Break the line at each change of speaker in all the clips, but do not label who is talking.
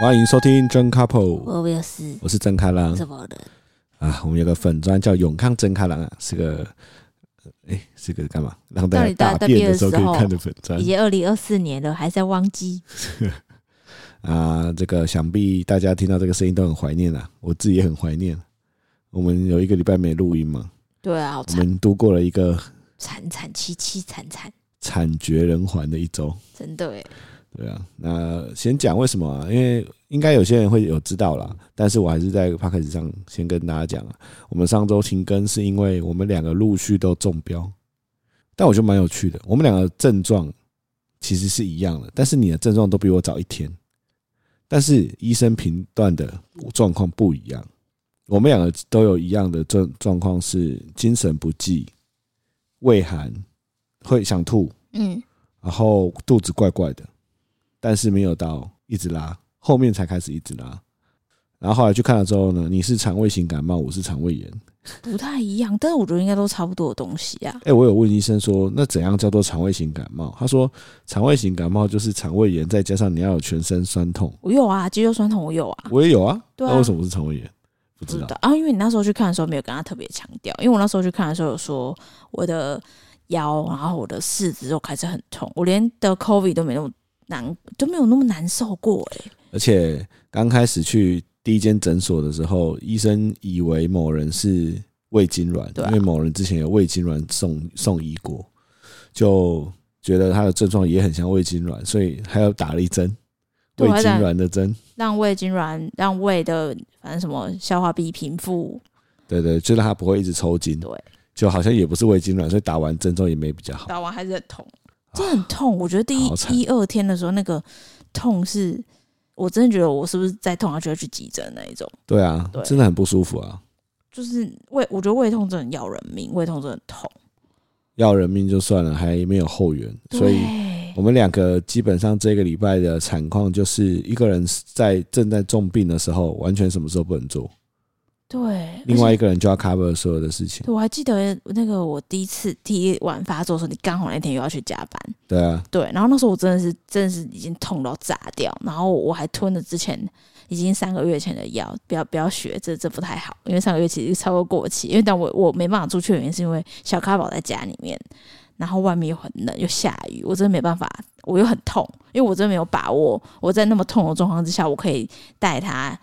欢迎收听真 couple，
我有事，
我是真开朗
怎哦么了？
啊。我们有个粉专叫永康真开朗啊，是个哎、是个干嘛？让大
到
家
底大家
大
大
便
便
的
的
时候
时
可以
候
看的粉专
已经二零二四年了，还在忘记？
啊。这个想必大家听到这个声音都很怀念啊，我自己也很怀念。我们有一个礼拜没录音嘛，
对啊，好
我
惨
们度过了一个
惨惨戚戚惨惨，
惨绝人寰的一周。
真的哎，
对啊，那先讲为什么啊？因为应该有些人会有知道啦，但是我还是在 p a c k a g e 上先跟大家讲啊，我们上周停更是因为我们两个陆续都中标，但我觉得蛮有趣的，我们两个症状其实是一样的，但是你的症状都比我早一天，但是医生评断的状况不一样，我们两个都有一样的状状况是精神不济、畏寒、会想吐，
嗯，
然后肚子怪怪的，但是没有到一直拉，后面才开始一直拉。然后后来去看了之后呢，你是肠胃型感冒，我是肠胃炎。
不太一样，但是我觉得应该都差不多的东西啊。
哎、我有问医生说，那怎样叫做肠胃型感冒？他说，肠胃型感冒就是肠胃炎，再加上你要有全身酸痛。
我有啊，肌肉酸痛我有啊，
我也有啊，
对啊
那为什么是肠胃炎？不知
知
道。
道啊，因为你那时候去看的时候没有跟他特别强调，因为我那时候去看的时候有说我的腰，然后我的四肢都开始很痛，我连得 COVID 都没那么难，都没有那么难受过哎、
而且刚开始去第一间诊所的时候，医生以为某人是胃痉挛，
对啊
因为某人之前有胃痉挛送送医过，就觉得他的症状也很像胃痉挛，所以还要打了一针
对
胃
我还
痉
打
挛的针。
让胃痉挛，让胃的反正什么消化壁平复，
对对，就让他不会一直抽筋。
对，
就好像也不是胃痉挛，所以打完针之后也没比较好。啊
打完还是很痛，真的很痛。我觉得第一
好惨
一二天的时候，那个痛是，我真的觉得我是不是再痛下去要去急诊那一种，
对啊，
对
真的很不舒服啊，
就是胃，我觉得胃痛真的要人命，胃痛真的很痛。
要人命就算了，还没有后援，所以
对，
我们两个基本上这个礼拜的惨况就是，一个人在正在重病的时候，完全什么事都不能做；，
对，
另外
而
一
且。
个人就要 cover 所有的事情。
对，我还记得那个我第一次第一晚发作的时候，你刚好那天又要去加班，
对啊，
对，然后那时候我真的是真的是已经痛到炸掉，然后我还吞了之前已经三个月前的药，不要不要学，这这不太好，因为上个月其实超过过期，因为但我我没办法出去的原因是因为小咖宝在家里面，然后外面又很冷又下雨，我真的没办法，我又很痛，因为我真的没有把握，我在那么痛的状况之下，我可以带他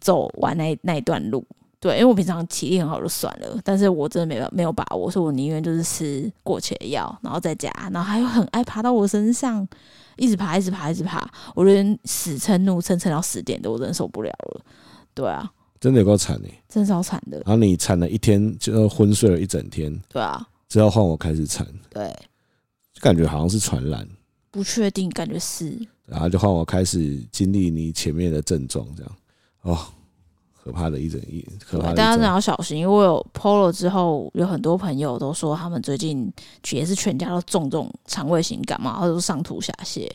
走完那那一段路。对，因为我平常体力很好就算了，但是我真的没有没有把握，所以我宁愿就是吃过期的药，然后在家，然后他又很爱爬到我身上，一直爬，一直爬，一直爬，我觉得死撑怒撑撑到十点多，我真的受不了了。对啊，
真的有够惨哎！
真的超惨的。
然后你惨了一天，就昏睡了一整天，
对啊，
之后换我开始惨，
对，
就感觉好像是传染，
不确定，感觉是
然后就换我开始经历你前面的症状，这样哦，可怕的一整一可怕
对啊
的一
大家真的
周。
要小心，因为我有 polo 之后，有很多朋友都说他们最近也是全家都中这种肠胃型感冒，或者是上吐下泻。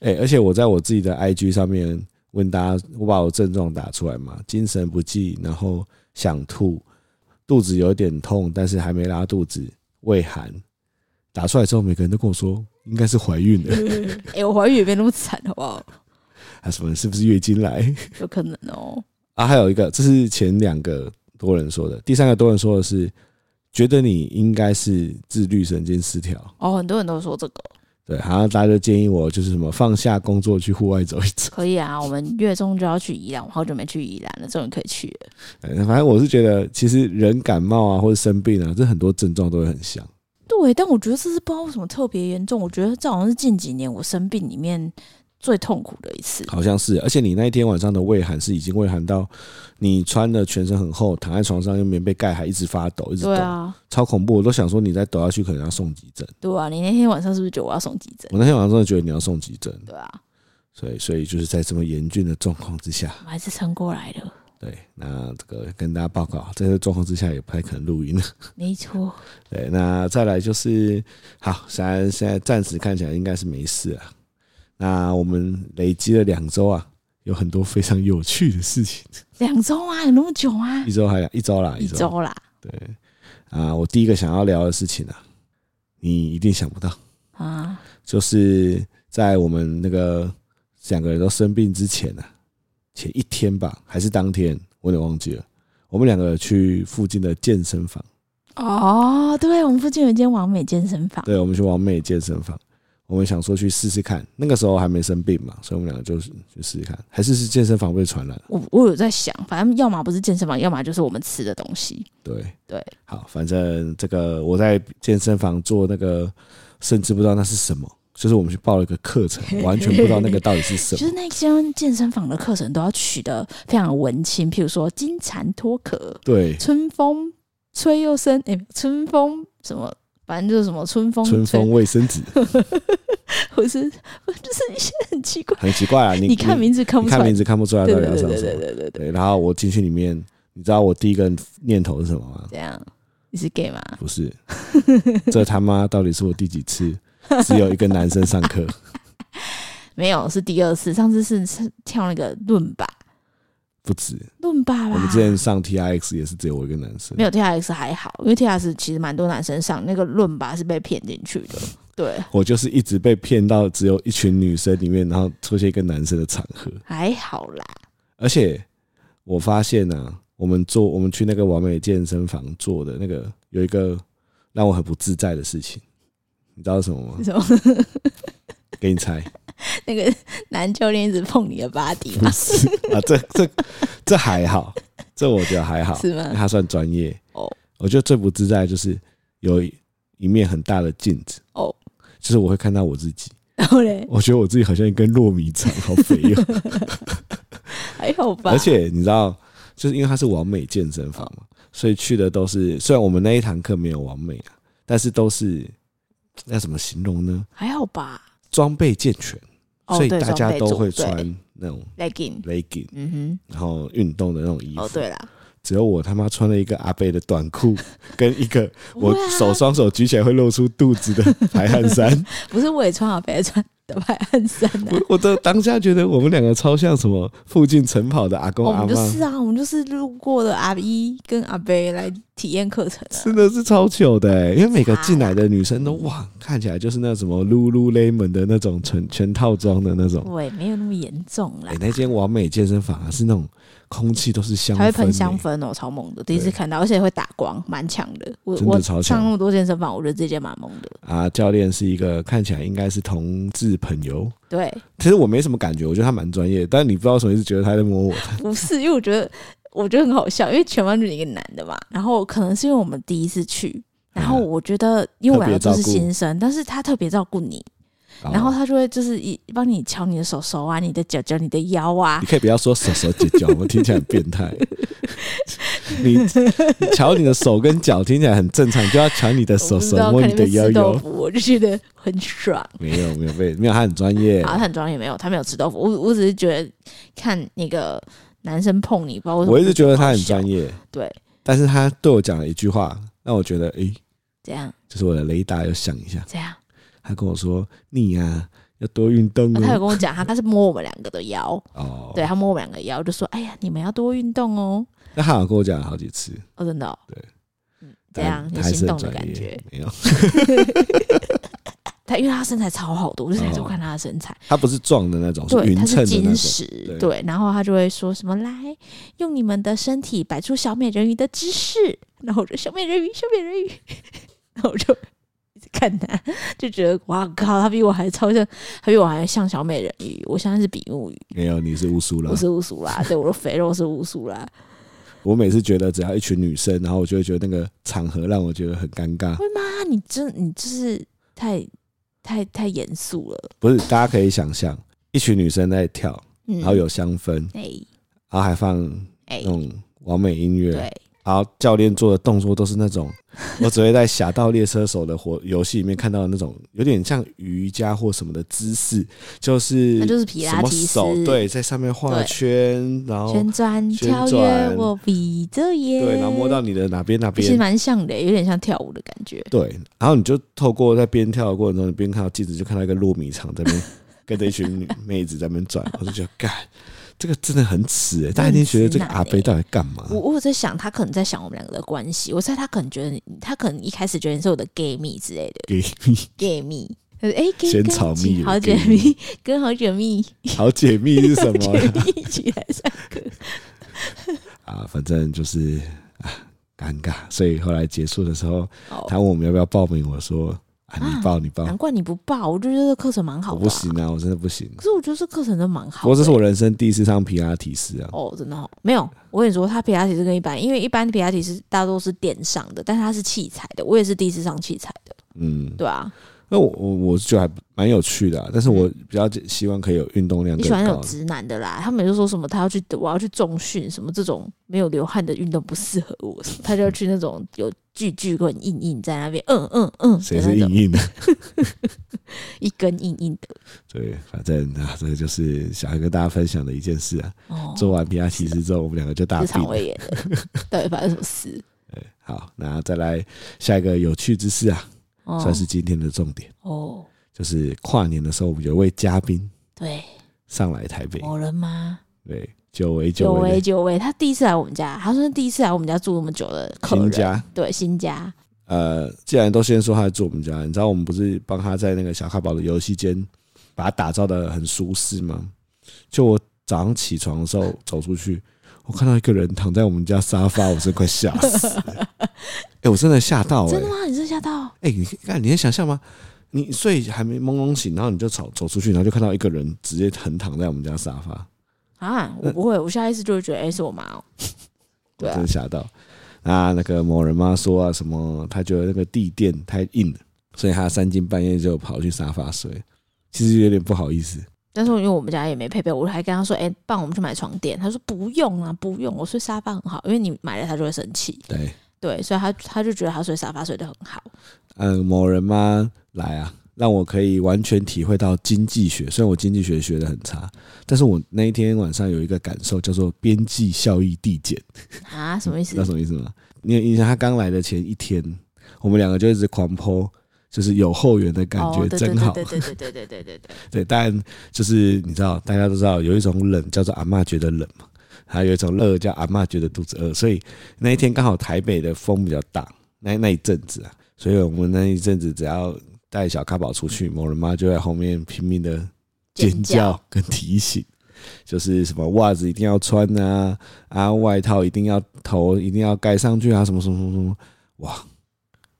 哎、而且我在我自己的 IG 上面问大家，我把我症状打出来嘛，精神不济，然后想吐，肚子有点痛，但是还没拉肚子，胃寒。打出来之后，每个人都跟我说应该是怀孕了，
哎、我怀孕也没那么惨，好不好？
啊什么是不是月经来
有可能哦。
啊？还有一个，这是前两个多人说的，第三个多人说的是觉得你应该是自律神经失调，
哦，很多人都说这个
对，然后大家就建议我就是什么放下工作去户外走一走。
可以啊，我们月中就要去宜兰，我好久没去宜兰了，终于可以去了。
哎反正我是觉得，其实人感冒啊或者生病啊，这很多症状都会很像。
对，但我觉得这次不知道为什么特别严重，我觉得这好像是近几年我生病里面最痛苦的一次。
好像是，而且你那一天晚上的胃寒是已经胃寒到你穿的全身很厚，躺在床上用棉被盖，还一直发抖，一直抖，
对啊，
超恐怖！我都想说你再抖下去可能要送急诊。
对啊，你那天晚上是不是觉得我要送急诊？
我那天晚上真的觉得你要送急诊，
对啊，
所以所以就是在这么严峻的状况之下，
我们还是撑过来了，
对，那这个跟大家报告，在这个状况之下也不太可能录音了。
没错。
对，那再来就是，好，虽然现在暂时看起来应该是没事啊。那我们累积了两周啊，有很多非常有趣的事情。
两周啊，有那么久啊
一？周还一周啦，
一周啦，
对啊，我第一个想要聊的事情啊，你一定想不到，
啊，
就是在我们那个两个人都生病之前啊，前一天吧，还是当天，我有点忘记了。我们两个去附近的健身房，
哦，对，我们附近有一间完美健身房，
对，我们去完美健身房，我们想说去试试看。那个时候还没生病嘛，所以我们两个就是去试试看，还是是健身房被传染。
我我有在想，反正要么不是健身房，要么就是我们吃的东西。
对
对，
好，反正这个我在健身房做那个，甚至不知道那是什么，就是我们去报了一个课程，完全不知道那个到底是什
就
么
是。那间健身房的课程都要取得非常文青，譬如说金蝉脱壳、
对，
春风吹又生，哎、春风什么，反正就是什么春风
春
吹
风卫生纸
或是我就是一些很奇怪，
很奇怪啊，你
你看名字看
你
不出
看
来
名，字看不出来
对
到
对
底要
对
上
对
什
对
么。
对对对，
对，然后我进去里面，你知道我第一个念头是什么吗？
这样你是 gay 吗？
不是， 这他妈到底是我第几 次只有一个男生上课？
没有，是第二次，上次是是跳那个论吧，
不止，
论吧吧。
我们之前上 T R X 也是只有我一个男生
没。有 T R X 还好，因为 T R X 其实蛮多男生上那个论吧是被骗进去的，对，
我就是一直被骗到只有一群女生里面，然后出现一个男生的场合。
还好 啦。
而且我发现啊，我们做我们去那个完美健身房做的那个有一个让我很不自在的事情，你知道是什么吗
你？说
给你猜，
那个 男教练一直碰你的 body
不
吗？
是啊，这这这还好，这我觉得还好，
是吗
因为他算专业
嗯哦。
我觉得最不自在就是有一一面很大的镜子
哦，
就是我会看到我自己，
然后嘞，
我觉得我自己好像一根糯米肠，好肥哦。
还好 吧。
而且你知道，就是因为它是完美健身房嘛，
哦
所以去的都是虽然我们那一堂课没有完美啊，但是都是要怎么形容呢？
还好吧。
装备健全，
哦
所以
对
大家
装备
都
组
会
对
穿那种
legging，
legging，
嗯
然后运动的那种衣
哼，
服。
哦对啦，
只有我他妈穿了一个阿贝的短 裤，跟一个我
不会啊
手双手举起来会露出肚子的排汗 衫。
不是我也穿好白穿的白汗衫啊。
我我的当下觉得我们两个超像什么附近晨跑的阿公
我
阿
们就
妈，
是啊，我们就是路过的阿姨跟阿伯来体验课程啊。
真的是超糗的、欸，因为每个进来的女生都哇，看起来就是那什么 Lululemon 的那种全全套装的那种。
对，没有那么严重啦
哎、。那间完美健身房啊，是那种空气都是香氛、
它
欸，
会喷香氛哦，超猛的，第一次看到，而且会打光，蛮强的。我
真的
我
超强
上那么多健身房，我觉得这间蛮猛的。
啊。教练是一个看起来应该是同志朋友，
对，
其实我没什么感觉，我觉得他蛮专业的，但你不知道为什么一直觉得他在摸我。
不是，因为我觉得我觉得很好笑，因为全班就一个男的嘛，然后可能是因为我们第一次去，然后我觉得因为我
嗯特别
们俩都是
照顾
新生，但是他特别照顾你，然后
哦
他就会就是一帮你瞧你的手手啊，你的脚脚，你的腰啊
你，可以不要说手手脚脚，我们听起来很变 态。你你瞧你的手跟脚听起来很正常，你就要瞧你的
我
手
不知
手
道
摸
看
你
你
的
们
腰
吃豆
腰。
腐，我就觉得很爽。
没有没有被没有，他很专业。
啊，他很专业，没有，他没有吃豆腐。我我只是觉得看那个男生碰你，不知道为什么
我一直觉得他很
好笑
专业，
对，
但是他对我讲了一句话，让我觉得诶、
这样
就是我的雷达有响一下。
这样。
他跟我说：“你呀、要多运动
啊他有
哦。
跟我讲，他他是摸我们两个的腰，”
哦，
对，他啊摸我们两个腰，就说：“哎呀，你们要多运动哦。
那他好像跟我讲了好几次，”
哦，真的、哦。
对
嗯，这
但
样
他
有
还
心
是很
动的
专
感
业
觉。。
没有，
他因为他身材超好的，我就想说看他的身材，
他哦不是壮的那种，
对，
匀
他
称的
是
那
金
种。
石，
对
对。然后他就会说什么：“来，用你们的身体摆出小美人鱼的姿势。”然后我就小美人鱼，小美人鱼， 然后我就一直看他，就觉得哇靠，他比我还超像，他比我还像小美人鱼。我现在是比目鱼，
没有，你是乌苏啦
我。是乌苏拉，对，我的肥肉是乌苏拉。
我每次觉得只要一群女生，然后我就会觉得那个场合让我觉得很尴尬。
会吗？你真你就是太太太严肃了，
不是，大家可以想象，一群女生在跳，
嗯，
然后有香氛，
哎
然后还放
哎
那，种完美音乐，
对，
然后教练做的动作都是那种，我只会在《侠盗猎车手》的活游戏里面看到的那种，有点像瑜伽或什么的姿势，就是
那就是皮
什
拉
么
提斯
手对，在上面画
对
圈，然后
哦旋转
旋
跳跃，
转
我比着耶，
对，然后摸到你的哪边哪
其实
边，
蛮像的，有点像跳舞的感觉。
对，然后你就透过在边跳的过程中，你边看到镜子，就看到一个糯米肠在那 边跟着一群女妹子在那边转，我就觉得干，这个真的很耻、欸，大家一定觉得这个阿飞到底干嘛？
我我有在想，他可能在想我们两个的关系。我猜他可能觉得你，他可能一开始觉得你是我的 gay 蜜之类的
给你
，gay 蜜哎、诶跟
先
跟
炒
几
蜜
好
了
姐
给你
妹，跟好姐妹
好解密是 什么
姐妹一起来上课。
啊？反正就是啊，尴尬。所以后来结束的时候，他
哦，
问我们要不要报名，我说啊，你报你报
难，怪你不报，我就觉得这课程蛮好
我
的、啊。
不行啊，我真的不行。
可是我觉得这课程真蛮好的欸。
不过这是我人生第一次上皮拉提斯啊，
哦，真的哦，没有。我跟你说，他皮拉提是跟一般，因为一般皮拉提是大多是电上的，但它是器材的。我也是第一次上器材的，
嗯，
对啊。
那我我我是觉得还蛮有趣的啊、但是我比较希望可以有运动量
嗯你
更
喜欢那
高
种
的。
直男的啦，他们就说什么他要去，我要去重训什么这种没有流汗的运动不适合我， 他就要去那种有巨巨跟硬硬在那边，嗯嗯嗯，
谁
的
是
那
硬
种
硬的？
一根硬硬的
对，反正啊，这个就是小孩跟大家分享的一件事啊。
哦，啊
做完皮拉提斯之后，我们两个就大
直
病
肠
了。
胃炎的， 到底发生什么事？
好，那再来下一个有趣之事啊，
哦
算是今天的重点，
哦，
就是跨年的时候，我们有一位嘉宾
对，
上来台北，
某人吗？
对，久违
哦久
违
违
的
久违，他第一次来我们家，他说是第一次来我们家住那么久的客
新
人，
家。
对新家，
呃，既然都先说他住我们家，你知道我们不是帮他在那个小卡宝的游戏间把他打造的很舒适吗？就我早上起床的时候走出去，我看到一个人躺在我们家沙发，我真快吓死了！ 哎、我真的吓到哎、
真的吗？你真的吓到？
哎、你看，你能想象吗？你睡还没朦胧醒，然后你就走走出去，然后就看到一个人直接横躺在我们家沙发，
啊，我不会，我下意识就会觉得，哎、是我妈哦、 对
我
啊
真的，吓到。那那个某人妈说啊，什么她觉得那个地垫太硬了，所以她三更半夜就跑去沙发睡，其实有点不好意思。
但是因为我们家也没配备，我还跟她说，哎、帮我们去买床垫。她说不用啊，不用，我睡沙发很好，因为你买了她就会生气。
对，
对，所以她她就觉得她睡沙发睡得很好。
嗯，某人妈来啊，让我可以完全体会到经济学。虽然我经济学学的很差，但是我那一天晚上有一个感受叫做边际效益递减。
啊，什么意
知
思
道？什么意思吗？你有印象？他刚来的前一天，我们两个就一直狂泼，就是有后援的感觉
哦、对
真好。
对对对对对对对对对。
对，但就是你知道，大家都知道有一种冷叫做阿嬷觉得冷嘛，还有一种热叫阿嬷觉得肚子饿。所以那一天刚好台北的风比较大，那那一阵子啊，所以我们那一阵子只要带小咖宝出去，某人妈就在后面拼命的尖
尖
叫跟提醒，就是什么袜子一定要穿啊，啊外套一定要头一定要盖上去啊，什么什么什么什么，哇，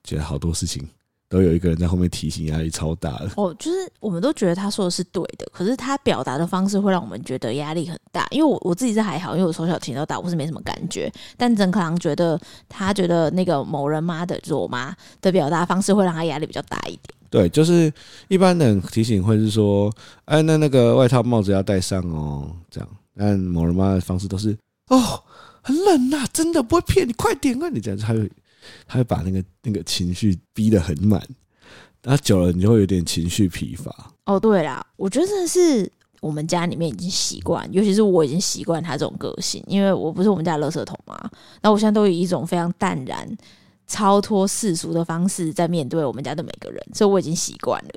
觉得好多事情都有一个人在后面提醒，压力超大的。
哦，就是我们都觉得他说的是对的，可是他表达的方式会让我们觉得压力很大。因为我我自己是还好，因为我从小听到大，我是没什么感觉。但曾克郎觉得他觉得那个某人妈的，就是我妈的表达方式会让他压力比较大一点。
对，就是一般人提醒会是说，哎，那那个外套帽子要戴上哦，这样。但某人妈的方式都是，哦，很冷呐、真的不会骗你，快点啊！你这样，他会他会把那个那个情绪逼得很满，然后久了你就会有点情绪疲乏。
哦，对啦，我觉得真的是我们家里面已经习惯，尤其是我已经习惯他这种个性，因为我不是我们家的垃圾桶嘛，然后我现在都以一种非常淡然、超脱世俗的方式在面对我们家的每个人，所以我已经习惯了。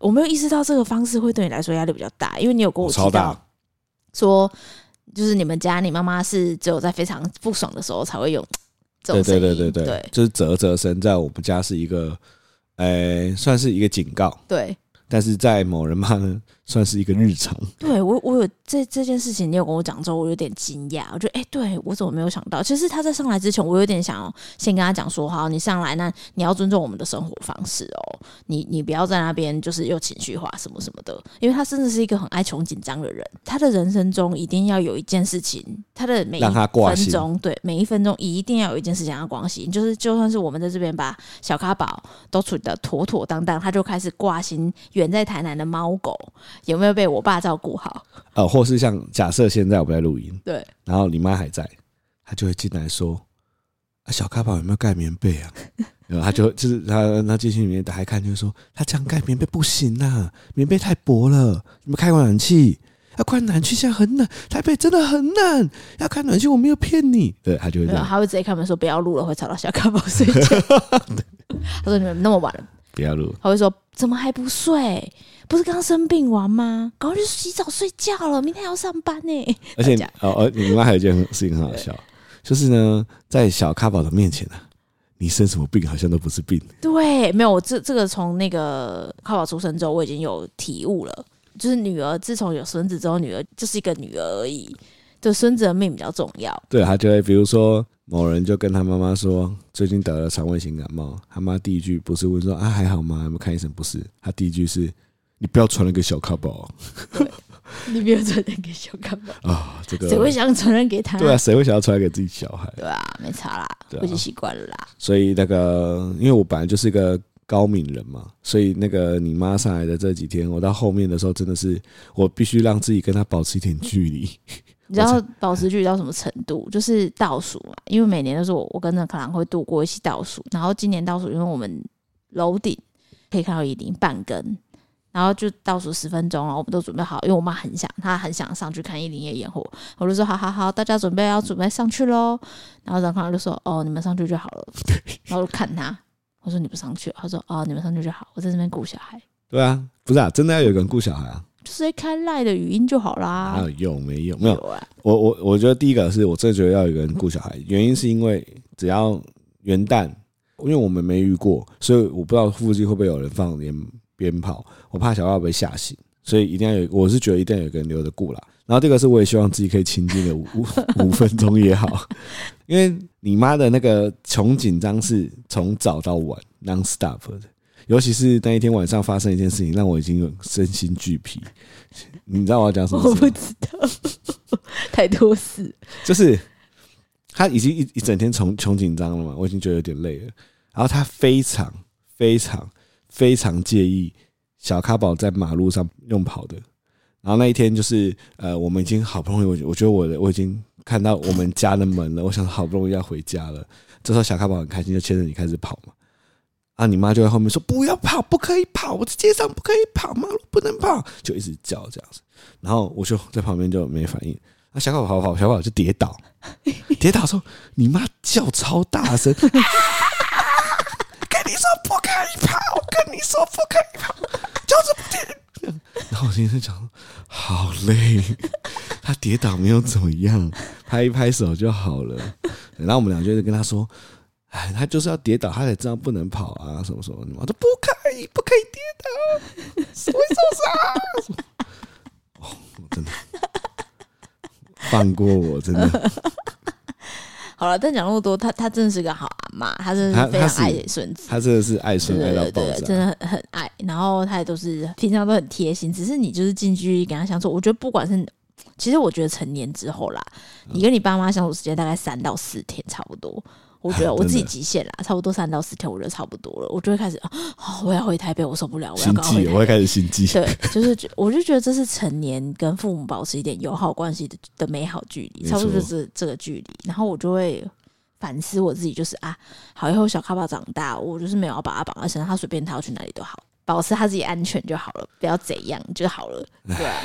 我没有意识到这个方式会对你来说压力比较大，因为你有跟我
哦超
提
大
到说，就是你们家你妈妈是只有在非常不爽的时候才会有这
对
种声
对
音，
对对
对
对，就是啧啧声在我们家是一个，呃，算是一个警告，
对
但是在某人妈呢，算是一个日常。
对我，我有这这件事情，你有跟我讲之后，我有点惊讶，我觉得哎、诶对我怎么没有想到？其实他在上来之前，我有点想要先跟他讲说，好，你上来，那你要尊重我们的生活方式哦，你你不要在那边就是又情绪化什么什么的，因为他真的是一个很爱穷紧张的人，他的人生中一定要有一件事情，他的每一
让他挂心
分钟，对每一分钟一定要有一件事情让他挂心，就是就算是我们在这边把小咖宝都处理的妥妥当当，他就开始挂心远在台南的猫狗有没有被我爸照顾好。
呃，或是像假设现在我们在录音，
对，
然后你妈还在，她就会进来说：“啊，小咖宝有没有盖棉被啊？” 然后她就就是她她进去里面打开看，就说：“她这样盖棉被不行啊，棉被太薄了，你们开暖气。”要开暖气，现在很冷，台北真的很冷。要开暖气，我没有骗你。对，她就会
没
这
有，
样，
他会直接开门说不要录了，会吵到小咖宝睡觉。 他说你们那么晚了，
不要录。
他会说怎么还不睡？不是刚生病完吗？赶快去洗澡睡觉了，明天还要上班呢。
而且哦
大家
哦，而你妈还有一件事情很好笑，就是呢，在小咖宝的面前啊，你生什么病好像都不是病。
对，没有，我这这个从那个靠宝出生之后，我已经有体悟了，就是女儿自从有孙子之后，女儿就是一个女儿而已，就孙子的命比较重要。
对，他就会比如说某人就跟他妈妈说最近得了肠胃型感冒，他妈第一句不是问说啊还好吗？有没有看医生？不是，他第一句是你不要传了给小咖宝
你没有传染给小干嘛？
啊，这个
谁会想传染给他？
对啊，谁会想要传给自己小孩？
对啊，没差啦，
对啊
我已经习惯了啦。
所以那个，因为我本来就是一个高敏人嘛，所以那个你妈上来的这几天，我到后面的时候真的是，我必须让自己跟她保持一点距离。
你知道保持距离到什么程度？就是倒数嘛，因为每年都是我我跟着可能会度过一起倒数，然后今年倒数，因为我们楼顶可以看到一零半根，然后就倒数十分钟，然后我们都准备好，因为我妈很想，她很想上去看一零夜烟火，我就说好好好，大家准备要准备上去喽，然后张康就说哦，你们上去就好 了，然后我就看他，我说你不上去，他说哦，你们上去就好，我在这边顾小孩，
对啊，不是啊，真的要有个人顾小孩啊，
就是在开赖的语音就好啦
哪，有用？没用，没有。
啊，
我我我觉得第一个是我真的觉得要有个人顾小孩，原因是因为只要元旦，因为我们没遇过，所以我不知道附近会不会有人放鞭鞭炮，我怕小孩被吓醒，所以一定要有，我是觉得一定要有个人留着顾啦。然后这个是我也希望自己可以清静的 五五五分钟也好，因为你妈的那个穷紧张是从早到晚 non stop 的。尤其是那一天晚上发生一件事情，让我已经有身心俱疲。你知道我要讲什么事
我
吗？
不知道，太多事。
就是他已经一一整天穷穷紧张了嘛，我已经觉得有点累了。然后他非常非常非常介意小咖宝在马路上用跑的。然后那一天就是呃，我们已经好不容易，我我觉得我的我已经看到我们家的门了，我想好不容易要回家了。这时候小咖宝很开心，就牵着你开始跑嘛。啊，你妈就在后面说不要跑，不可以跑，我在街上不可以跑，马路不能跑，就一直叫这样子。然后我就在旁边就没反应。那啊小宝跑跑，小宝就跌倒， 跌倒的时候，你妈叫超大声， 啊跟你说不可以跑，跟你说不可以跑，就是不听。 然后我心里就想说，好累， 他跌倒没有怎么样，拍一拍手就好了。然后我们俩就跟他说。哎，他就是要跌倒，他才知道不能跑啊，什么什么。你妈说不可以，不可以跌倒，会受伤。哦，真的放过我，真的。
好了，但讲那么多，他他真的是个好阿妈，他真的
她
是非
她
常
是
爱孙子，
他真的是爱
对
孙爱
对
到
对
爆
对，真
炸。
的很很爱。然后他也都是平常都很贴心，只是你就是近距离跟他相处，我觉得不管是。其实我觉得成年之后啦，
嗯
你跟你爸妈相处时间大概三到四天差不多，我觉得 我
真的
自己极限啦，差不多三到四天我觉得差不多了，我就会开始啊、哦我要回台北，我受不了，我要
心
赶快回
悸，
台
我
北
会。开始心悸。
对，就是觉我就觉得这是成年跟父母保持一点友好关系的的美好距离，
没
差不多就
错
是这个距离。然后我就会反思我自己，就是啊，好以后小咖爸长大，我就是没有要把他绑在身上，他随便他要去哪里都好，保持他自己安全就好了，不要怎样就好了。对啊、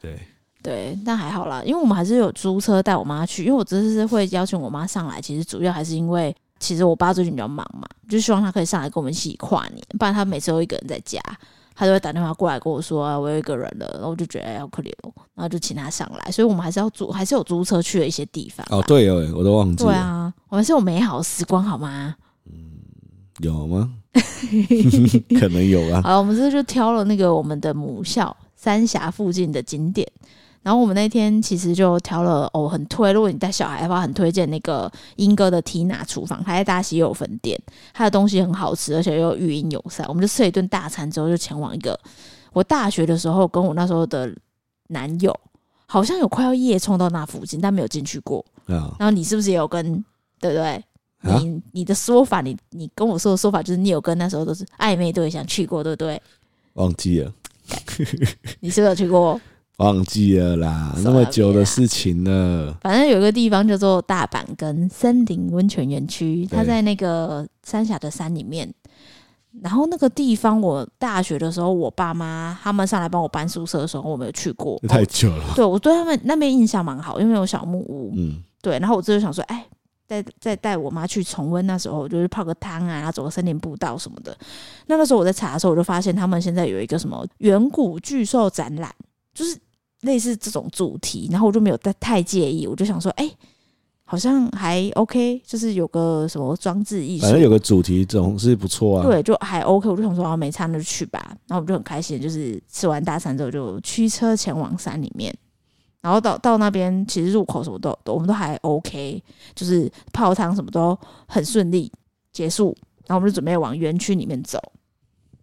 对，
对，但还好啦，因为我们还是有租车带我妈去，因为我这次是会邀请我妈上来，其实主要还是因为。其实我爸最近比较忙嘛，就希望他可以上来跟我们一起跨年，不然他每次都一个人在家，他就会打电话过来跟我说、啊我有一个人了，然后我就觉得哎好可怜哦，然后就请他上来，所以我们还是要租，还是有租车去的一些地方啦。
哦，对哦，我都忘记
对
了，
啊，我们是有美好的时光好吗？
有吗？ 可能有吧。
好了，我们这次就挑了那个我们的母校三峡附近的景点。然后我们那天其实就挑了哦，很推，如果你带小孩的话，很推荐那个英哥的缇娜厨房，它在大溪也有分店，它的东西很好吃，而且又语音友善。我们就吃了一顿大餐之后，就前往一个我大学的时候跟我那时候的男友，好像有快要夜冲到那附近，但没有进去过。
啊
然后你是不是也有跟，对不对？
啊，
你你的说法，你你跟我说的说法就是你有跟那时候都是暧昧对象去过，对不对？
忘记了，
你是不是有去过？
忘记了啦，
算
那
了
么久的事情了。
反正有一个地方叫做大阪跟森林温泉园区，
对
它在那个三峡的山里面。然后那个地方，我大学的时候，我爸妈他们上来帮我搬宿舍的时候，我没有去过。
那太久了，
对我对他们那边印象蛮好，因为有小木屋。
嗯，
对，然后我这就想说，哎，再再带我妈去重温那时候，就是泡个汤啊，走个森林步道什么的。那那时候我在查的时候，我就发现他们现在有一个什么远古巨兽展览，就是类似这种主题，然后我就没有太太介意，我就想说，哎、好像还 OK，就是有个什么装置艺术
反，正有个主题总是不错啊。
对，就还 OK。我就想说，啊，没差那就去吧。然后我们就很开心，就是吃完大餐之后就驱车前往山里面。然后到到那边，其实入口什么都都我们都还 OK，就是泡汤什么都很顺利结束。然后我们就准备往园区里面走。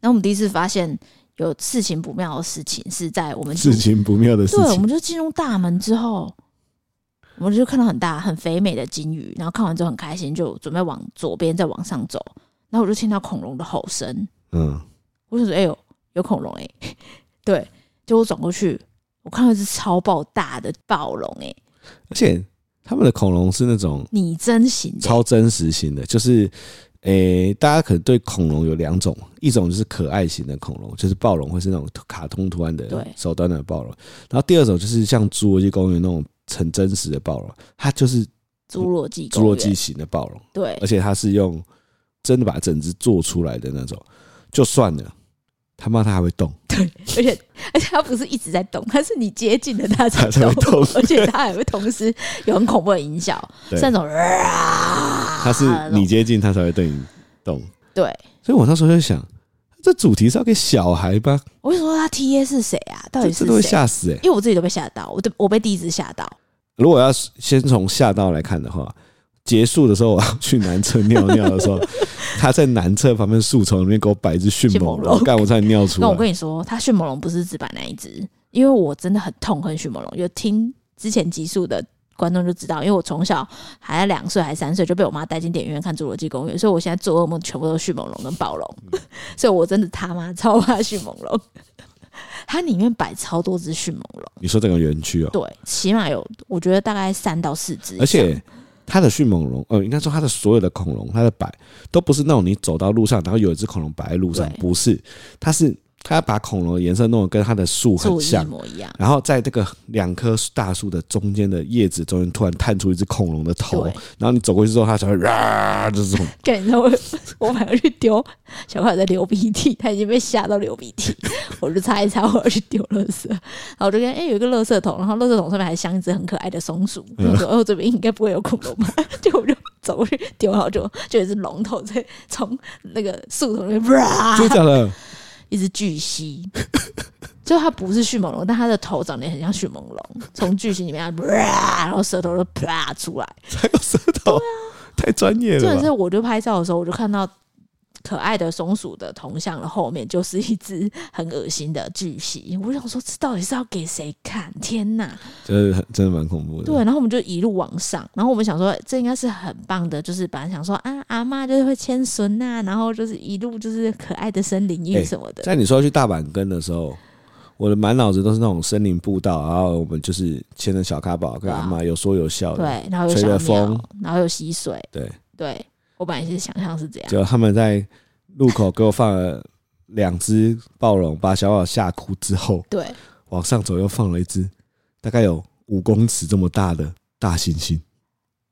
然后我们第一次发现有事情不妙的事情是在我们进
事情不妙的事
对，我
情
们，就进入大门之后，我们就看到很大很肥美的金鱼，然后看完之后很开心，就准备往左边再往上走，然后我就听到恐龙的吼声，
嗯，
我就说：“哎呦，有恐龙哎、 对，结果我转过去，我看到一只超爆大的暴龙哎、
而且他们的恐龙是那种
拟真型的、
超真实型的，就是诶、大家可能对恐龙有两种，一种就是可爱型的恐龙，就是暴龙，会是那种卡通图案的
对
手端的暴龙。然后第二种就是像侏罗纪公园那种很真实的暴龙，它就是
侏罗纪
侏
公
罗
园，
纪呃型的暴龙，
对
而且它是用真的把整只做出来的那种，就算了，他妈它还会动，
对，而且而且它不是一直在动，它是你接近了它才
它才会动
而且它还会同时有很恐怖的音效，
对
是那种啊，
它是你接近它才会对你动。
对。
所以我那时候就想，这主题是要给小孩吧？
我就说他 T A 是谁啊？到
这
底
这
是
都会
谁？
吓死哎、
因为我自己都被吓到，我都我被第一只吓到。
如果要先从下道来看的话，结束的时候我要去男厕尿尿的时候，他在男厕旁边树丛里面给我摆一只迅猛
迅猛
龙，
龙
干我差点尿出
那我
来。
跟你说，他迅猛龙不是只摆那一只，因为我真的很痛恨迅猛龙。有听之前集数的观众就知道，因为我从小还在两岁还三岁就被我妈带进电影院看《侏罗纪公园》，所以我现在做噩梦全部都是迅猛龙跟暴龙，
嗯
所以我真的他妈超怕迅猛龙。 它里面摆超多只迅猛龙，
你说整个园区哦，
对，起码有我觉得大概三到四只以上，
而且它的迅猛龙，呃，应该说它的所有的恐龙，它的摆都不是那种你走到路上，然后有一只恐龙摆在路上
对，
不是，它是它把恐龙的颜色弄得跟它的树很
树一
像。
模一样，
然后在这个两棵大树的中间的叶子中间，突然探出一只恐龙的头，
对
然后你走过去之后，它才会啊，就是这种
干，你知道我我马上去丢，小朋友在流鼻涕，他已经被吓到流鼻涕，我就擦一擦，我要去丢垃圾，然后我就跟哎、有一个垃圾桶，然后垃圾桶上面还镶一只很可爱的松鼠，我说哦这边应该不会有恐龙吧， 就我就走过去丢，然后就就有一只龙头在从那个树丛里面，哇
真的假的？
一只巨蜥。就它不是迅猛龙，但它的头长得也很像迅猛龙，从巨蜥里面，哇然后舌头就啪出来，
还有舌头，
啊
太专业
真
了
的
吧
是，？我就拍照的时候，我就看到可爱的松鼠的铜像的后面就是一只很恶心的巨蜥。我想说，这到底是要给谁看？天哪！
真的真的蛮恐怖的。
对，然后我们就一路往上，然后我们想说，这应该是很棒的，就是本来想说啊，阿妈就是会牵孙呐，然后就是一路就是可爱的森林浴
哎
什么的。
在你说要去大阪根的时候，我的满脑子都是那种森林步道，然后我们就是牵着小咖宝跟阿
啊
妈有说有笑的，
对，然后有
吹
小
着
鸟
风，
然后有溪水。
对，
对我本来是想象是这样，
结果他们在路口给我放了两只暴龙，把小宝吓哭之后，
对，
往上走又放了一只，大概有五公尺这么大的大猩猩，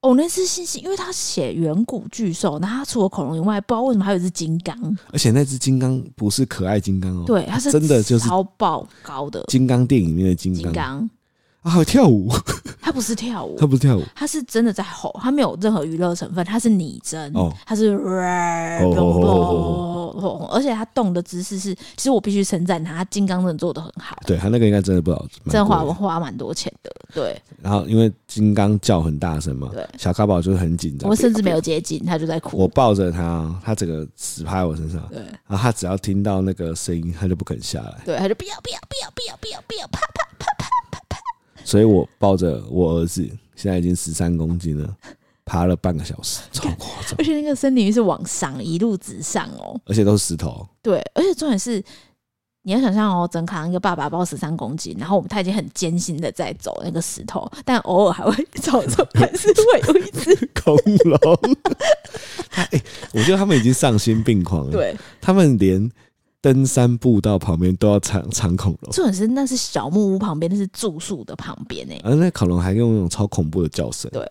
哦，那只猩猩，因为它写远古巨兽，那它除了恐龙以外，不知道为什么还有一只金刚。
而且那只金刚不是可爱金刚哦，，
对，它是
真的就是
超爆高的
金刚电影里面的金
金
刚
刚，
啊，还有跳舞，
它不是跳舞
它，不是跳舞，
它是真的在吼，它没有任何娱乐成分，它是拟真
哦，
它是
吼吼吼吼哦
而且它动的姿势是，其实我必须称赞它，它金刚真的做的很好，
对他那个应该真的不好，蛮
真的花
贵的
花蛮多钱的。对
然后因为金刚叫很大声嘛，
对，
小咖宝就是很紧张，
我甚至没
不要
有接近，它就在
不要我
哭。
抱着他，他整个死趴在我身上，
对
然后他只要听到那个声音，他就不肯下来，
对，它就不要不要不要不要不要不要，啪啪啪啪。
所以我抱着我儿子，现在已经十三公斤了，爬了半个小时，超夸张，
而且那个森林浴是往上一路直上哦，
而且都是石头，
对，而且重点是，你要想象哦，整扛一个爸爸抱十三公斤，然后我们他已经很艰辛的在走那个石头，但偶尔还会走走，还是会有一只
恐龙， 他哎、我觉得他们已经丧心病狂了，，
对。
他们连登山步道旁边都要藏藏恐龙。
重点是那是小木屋旁边，那是住宿的旁边欸诶、
而那恐龙还用那种超恐怖的叫声，
对，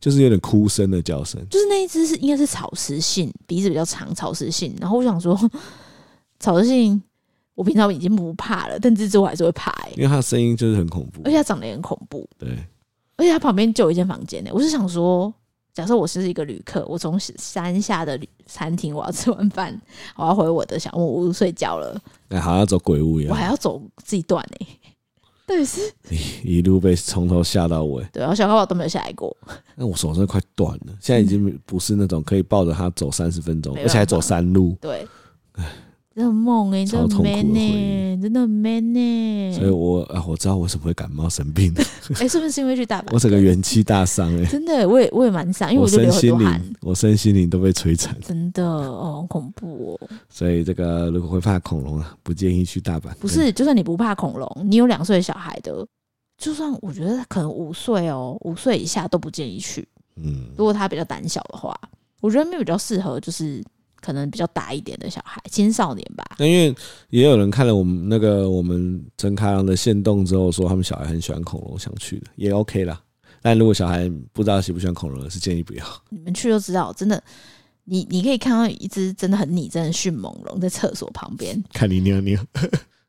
就是有点哭声的叫声，
就是那一只是应该是草食性，鼻子比较长，草食性。然后我想说，草食性我平常已经不怕了，但这只我还是会怕诶、欸
嗯因为它的声音就是很恐怖
而。且它长得也很恐怖。
对，
而且它旁边就有一间房间呢、欸我是想说，假设我是一个旅客，我从山下的旅餐厅，我要吃完饭， 我要回我的小木屋睡觉了，
哎，好像走鬼屋一
我还
样，
要走这一段呢、到底是
一路被从头吓到尾。
对啊，我小高宝都没有下来过，
那我手真的快断了，现在已经不是那种可以抱着它走三十分钟，而
没办法
且还走山路，
对，真的很猛哎、真
超
的
痛
很
苦的
man 呢、
回忆
真的很 man 呢、
所以我啊，我知道我为什么会感冒生病，
哎、是不是因为去大阪？
我整个元气大伤哎、
真的，我也我也蛮想，因为
我
我就
身
流很
心
多汗，
灵，我身心灵都被摧残，
真的哦，好恐怖哦。
所以这个如果会怕恐龙啊，不建议去大阪。
不是，就算你不怕恐龙，你有两岁小孩的，就算我觉得可能五岁哦，五岁以下都不建议去。
嗯，
如果他比较胆小的话，我觉得没有比较适合，就是可能比较大一点的小孩，青少年吧。
那因为也有人看了我们那个我们陈开郎的线动之后，说他们小孩很喜欢恐龙，想去的也 OK 啦。但如果小孩不知道喜不喜欢恐龙，是建议不要。
你们去就知道，真的，你你可以看到一只真的很拟真的迅猛龙在厕所旁边，
看你尿尿，啊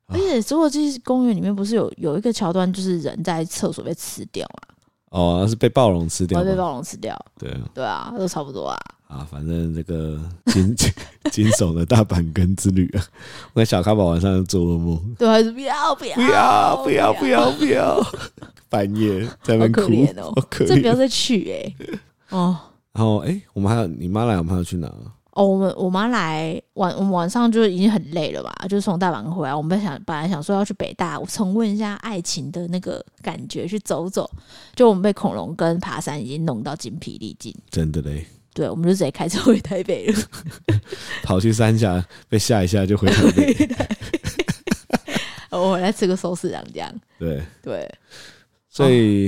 而且侏罗纪公园里面不是有有一个桥段，就是人在厕所被吃掉嘛，
哦，是被暴龙吃掉
会被
吗？
暴龙吃掉，
对啊，
哦对啊，都差不多啊。
啊，反正这个 惊惊惊悚的大阪根之旅啊，我跟小咖宝晚上做噩梦，
对，还啊是不要不要
不
啊
要不要不要不要， 半夜在那边
好可
哭
怜，哦
好可
这不要
怜。
再去哎、哦
然后哎、我们还有你妈来，我们还有去哪？
哦，我们我妈来晚，我们晚上就已经很累了吧？就是从大阪回来，我们本想本来想说要去北大重温一下爱情的那个感觉，去走走。就我们被恐龙跟爬山已经弄到精疲力尽，
真的嘞，
对，我们就直接开车回台北了。
跑去三峡被吓一吓就回台北。
我回来吃个寿司郎这样。
对，
对，
所以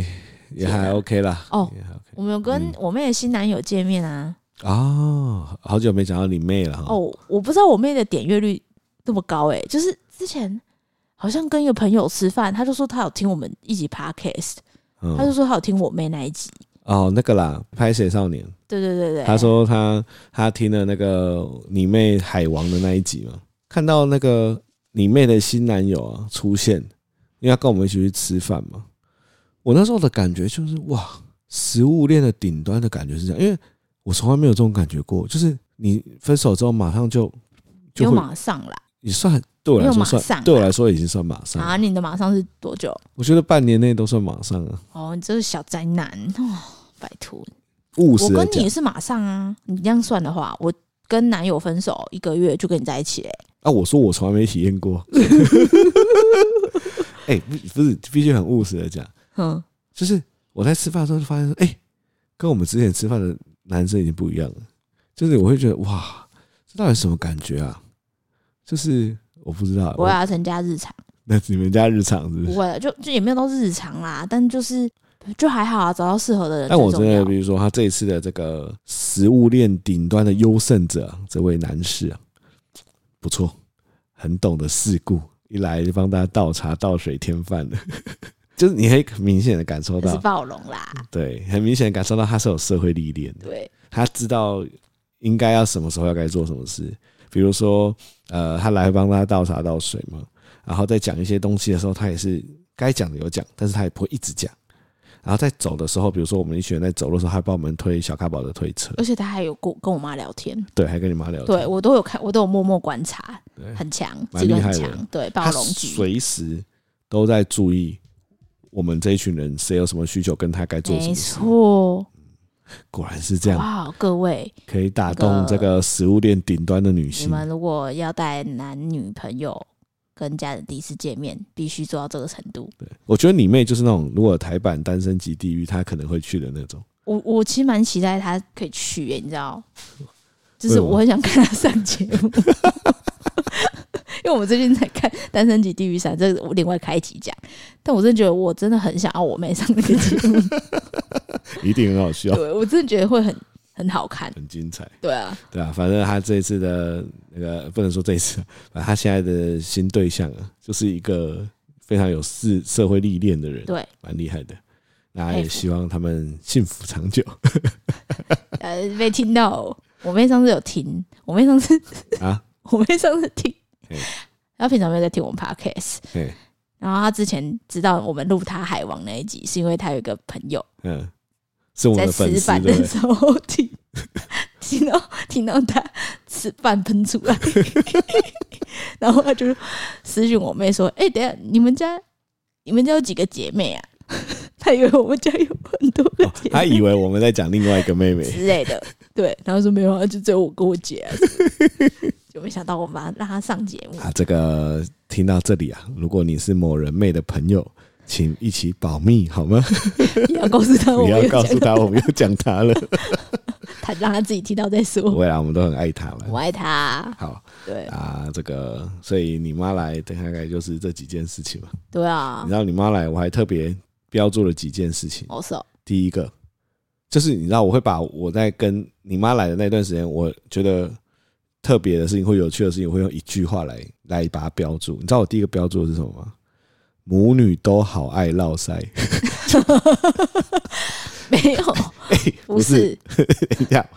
也
天
还
哪
OK 啦。
哦
也还 OK
我们有跟我妹的新男友见面啊。
哦，好久没讲到你妹了哈。
哦，我不知道我妹的点阅率那么高诶、就是之前好像跟一个朋友吃饭，他就说他有听我们一集 podcast，他就
嗯，
说他有听我妹那一集。
哦，那个啦，拍谁少年？
对对对对，
他说他他听了那个你妹海王的那一集嘛，看到那个你妹的新男友啊出现，因为他跟我们一起去吃饭嘛。我那时候的感觉就是哇，食物链的顶端的感觉是这样，因为我从来没有这种感觉过，就是你分手之后马上就
没
就
有
会
马上啦
也算对我来
没
说
有马上
算
啊
对我来说已经算马上了，
啊！你的马上是多久？
我觉得半年内都算马上啊。
哦，你这是小宅男哦，拜托，
务
我
实的
跟你
讲
也是马上啊！你这样算的话，我跟男友分手一个月就跟你在一起嘞、
啊，我说我从来没体验 过。哎、不不是，必须很务实的讲。
哼，
就是我在吃饭的时候就发现说，哎、跟我们之前吃饭的男生已经不一样了。就是我会觉得哇，这到底什么感觉啊？就是我不知道，
不会啊，成家日常
那是你们家日常是不
不
是？
会啊，就就也没有到日常啦，但就是就还好啊，找到适合的人
但
最
我真
重
的，
要。
比如说他这一次的这个食物链顶端的优胜者啊，这位男士啊，不错，很懂得世故，一来就帮大家倒茶倒水添饭的， 就是你可以很明显的感受
那是
到，
暴龙啦，
对，很明显的感受到他是有社会历练的。
对，
他知道应该要什么时候要该做什么事。比如说，呃，他来帮他倒茶倒水嘛，然后在讲一些东西的时候，他也是该讲的有讲，但是他也不会一直讲。然后在走的时候，比如说我们一群人在走路的时候，他还帮我们推小咖宝的推车，
而且他还有跟跟我妈聊天，
对，还跟你妈聊天，
对我都有看，我都有默默观察，
对
很强，
蛮
这个
厉
很
害的
强，对，暴
他
龙局，
随时都在注意我们这一群人谁有什么需求，跟他该做什
没
么事。
错，
果然是这样，
哇，各位，
可以打
那
动
个
这个食物链顶端的女
你
性。
们如果要带男女朋友跟家人第一次见面，必须做到这个程度。
对，我觉得你妹就是那种如果有台版单身级地狱，她可能会去的那 种。
我我其实蛮期待他可以去耶、你 知道，就
为
是
什么
我很想看他上节目， 因为我们最近在看《单身级地狱三》，这个我另外开一集讲。但我真的觉得，我真的很想要我妹上那个 节目，
一定很好笑，
对我真的觉得会很很好看。
很精彩，
对啊，
对啊，反正他这一次的那个不能说这一次，反正他现在的新对象啊，就是一个非常有社社会历练的人，
对，
蛮厉害的。那
佩
也
服
希望他们幸福长 久
呃，没听到。我妹上次有听，我妹上次
啊！
我妹上次听
嘿，
她平常没有在听我们 podcast，
嘿，
然后他之前知道我们录他海王那一集，是因为他有一个朋友
嗯，是我们
在
的粉
吃
丝
饭
对不
的
对？哦
时候听听到听到他吃饭喷出来， 然后他就私讯我妹说：“哎、等一下你们家你们家有几个姐妹啊？” 他以为我们家有很多个姐
哦他
妹
以为我们在讲另外一个妹 妹，
之类的，对，然后说没有啊，就只有我跟我姐、 啊，就没想到我把她让她上节目。
啊，这个听到这里啊，如果你是某人妹的朋友，请一起保密好吗？
也要告诉他，我
不
没
要
有
告诉
讲
他我们又讲他 了。
他让他自己听到再
不
说。
会啊啦，我们都很爱他
我
了。
爱他，
好
对
啊，这个，所以你妈来，大概就是这几件事情嘛。
对啊
你，知道你妈来，我还特别标注了几件事情。
我手
第一个就是你知道，我会把我在跟你妈来的那段时间，我觉得特别的事情或有趣的事情，我会用一句话来来把它标注。你知道我第一个标注的是什么吗？母女都好爱唠塞，
没有， 不
不是
是，
等一下，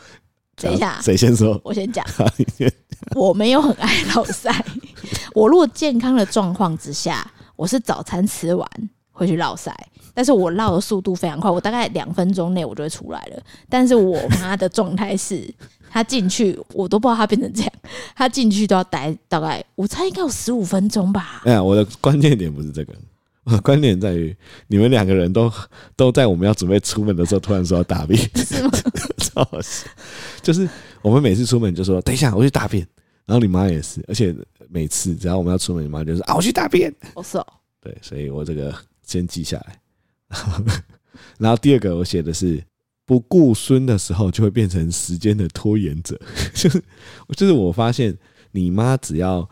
等一下
谁先说？
我先讲，
好你 先
我没有很爱老塞。 我如果健康的状况之下，我是早餐吃完会去绕塞，但是我绕的速度非常快，我大概两分钟内我就会出来了。但是我妈的状态是，她进去我都不知道她变成这样，她进去都要待大概，我猜应该有十五分钟吧。
哎呀，我的关键点不是这个， 我的关键点在于你们两个人都都在我们要准备出门的时候，突然说要大便，
是吗
超好笑。就是我们每次出门就说等一下我去大便，然后你妈也是，而且每次只要我们要出门，你妈就说啊我去大便。
我手
对，所以我这个先记下来。然后第二个我写的是不顾孙的时候，就会变成时间的拖延者。 就是就是我发现你妈只要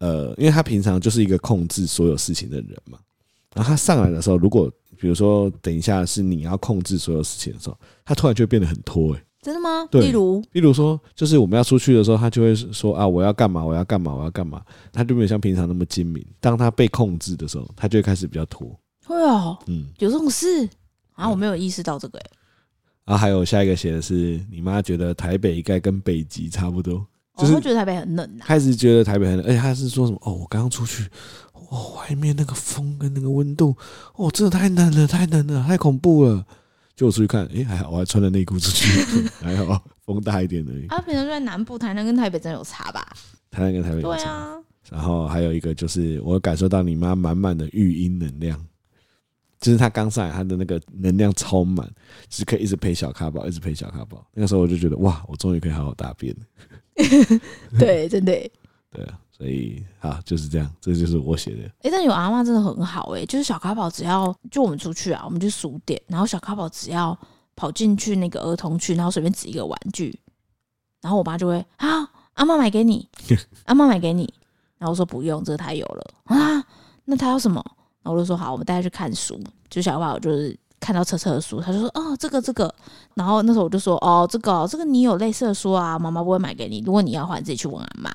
呃，因为她平常就是一个控制所有事情的人嘛，然后她上来的时候，如果比如说等一下是你要控制所有事情的时候，她突然就会变得很拖、欸。
真的吗？
对
例如
例如说，就是我们要出去的时候，他就会说啊，我要干嘛，我要干嘛，我要干嘛。他就没有像平常那么精明。当他被控制的时候，他就会开始比较拖。
会哦，
嗯，
有这种事啊？我没有意识到这个、欸，
然后还有下一个写的是，你妈觉得台北应该跟北极差不多，就
哦
是
我会觉得台北很冷啊。
开始觉得台北很冷，而且他是说什么哦，我刚刚出去，哦，外面那个风跟那个温度，哦，真的太冷了，太冷了，太恐怖了。就我出去看，诶、还好，我还穿着内裤出去， 还好，风大一点而已。
啊，平常就在南部，台南跟台北真的有差吧？
台南跟台北有
对
差。
啊，
然后还有一个就是，我感受到你妈满满的育婴能量，就是她刚上来，她的那个能量超满，就是可以一直陪小咖宝，一直陪小咖宝。那个时候我就觉得，哇，我终于可以好好大便了。
对，真的欸。
对啊，所以啊，就是这样，这就是我写的。
哎、但有阿妈真的很好哎、就是小咖宝只要就我们出去啊，我们去数点，然后小咖宝只要跑进去那个儿童区，然后随便指一个玩具，然后我妈就会啊，阿妈买给你，阿妈买给你，然后我说不用，这个他有了啊，那他要什么？然后我就说好，我们带他去看书，就小咖宝就是。看到车车的书，他就说：“哦，这个这个。”然后那时候我就说：“哦，这个哦这个你有类似的书啊，妈妈不会买给你。如果你要的话，你自己去问阿妈。”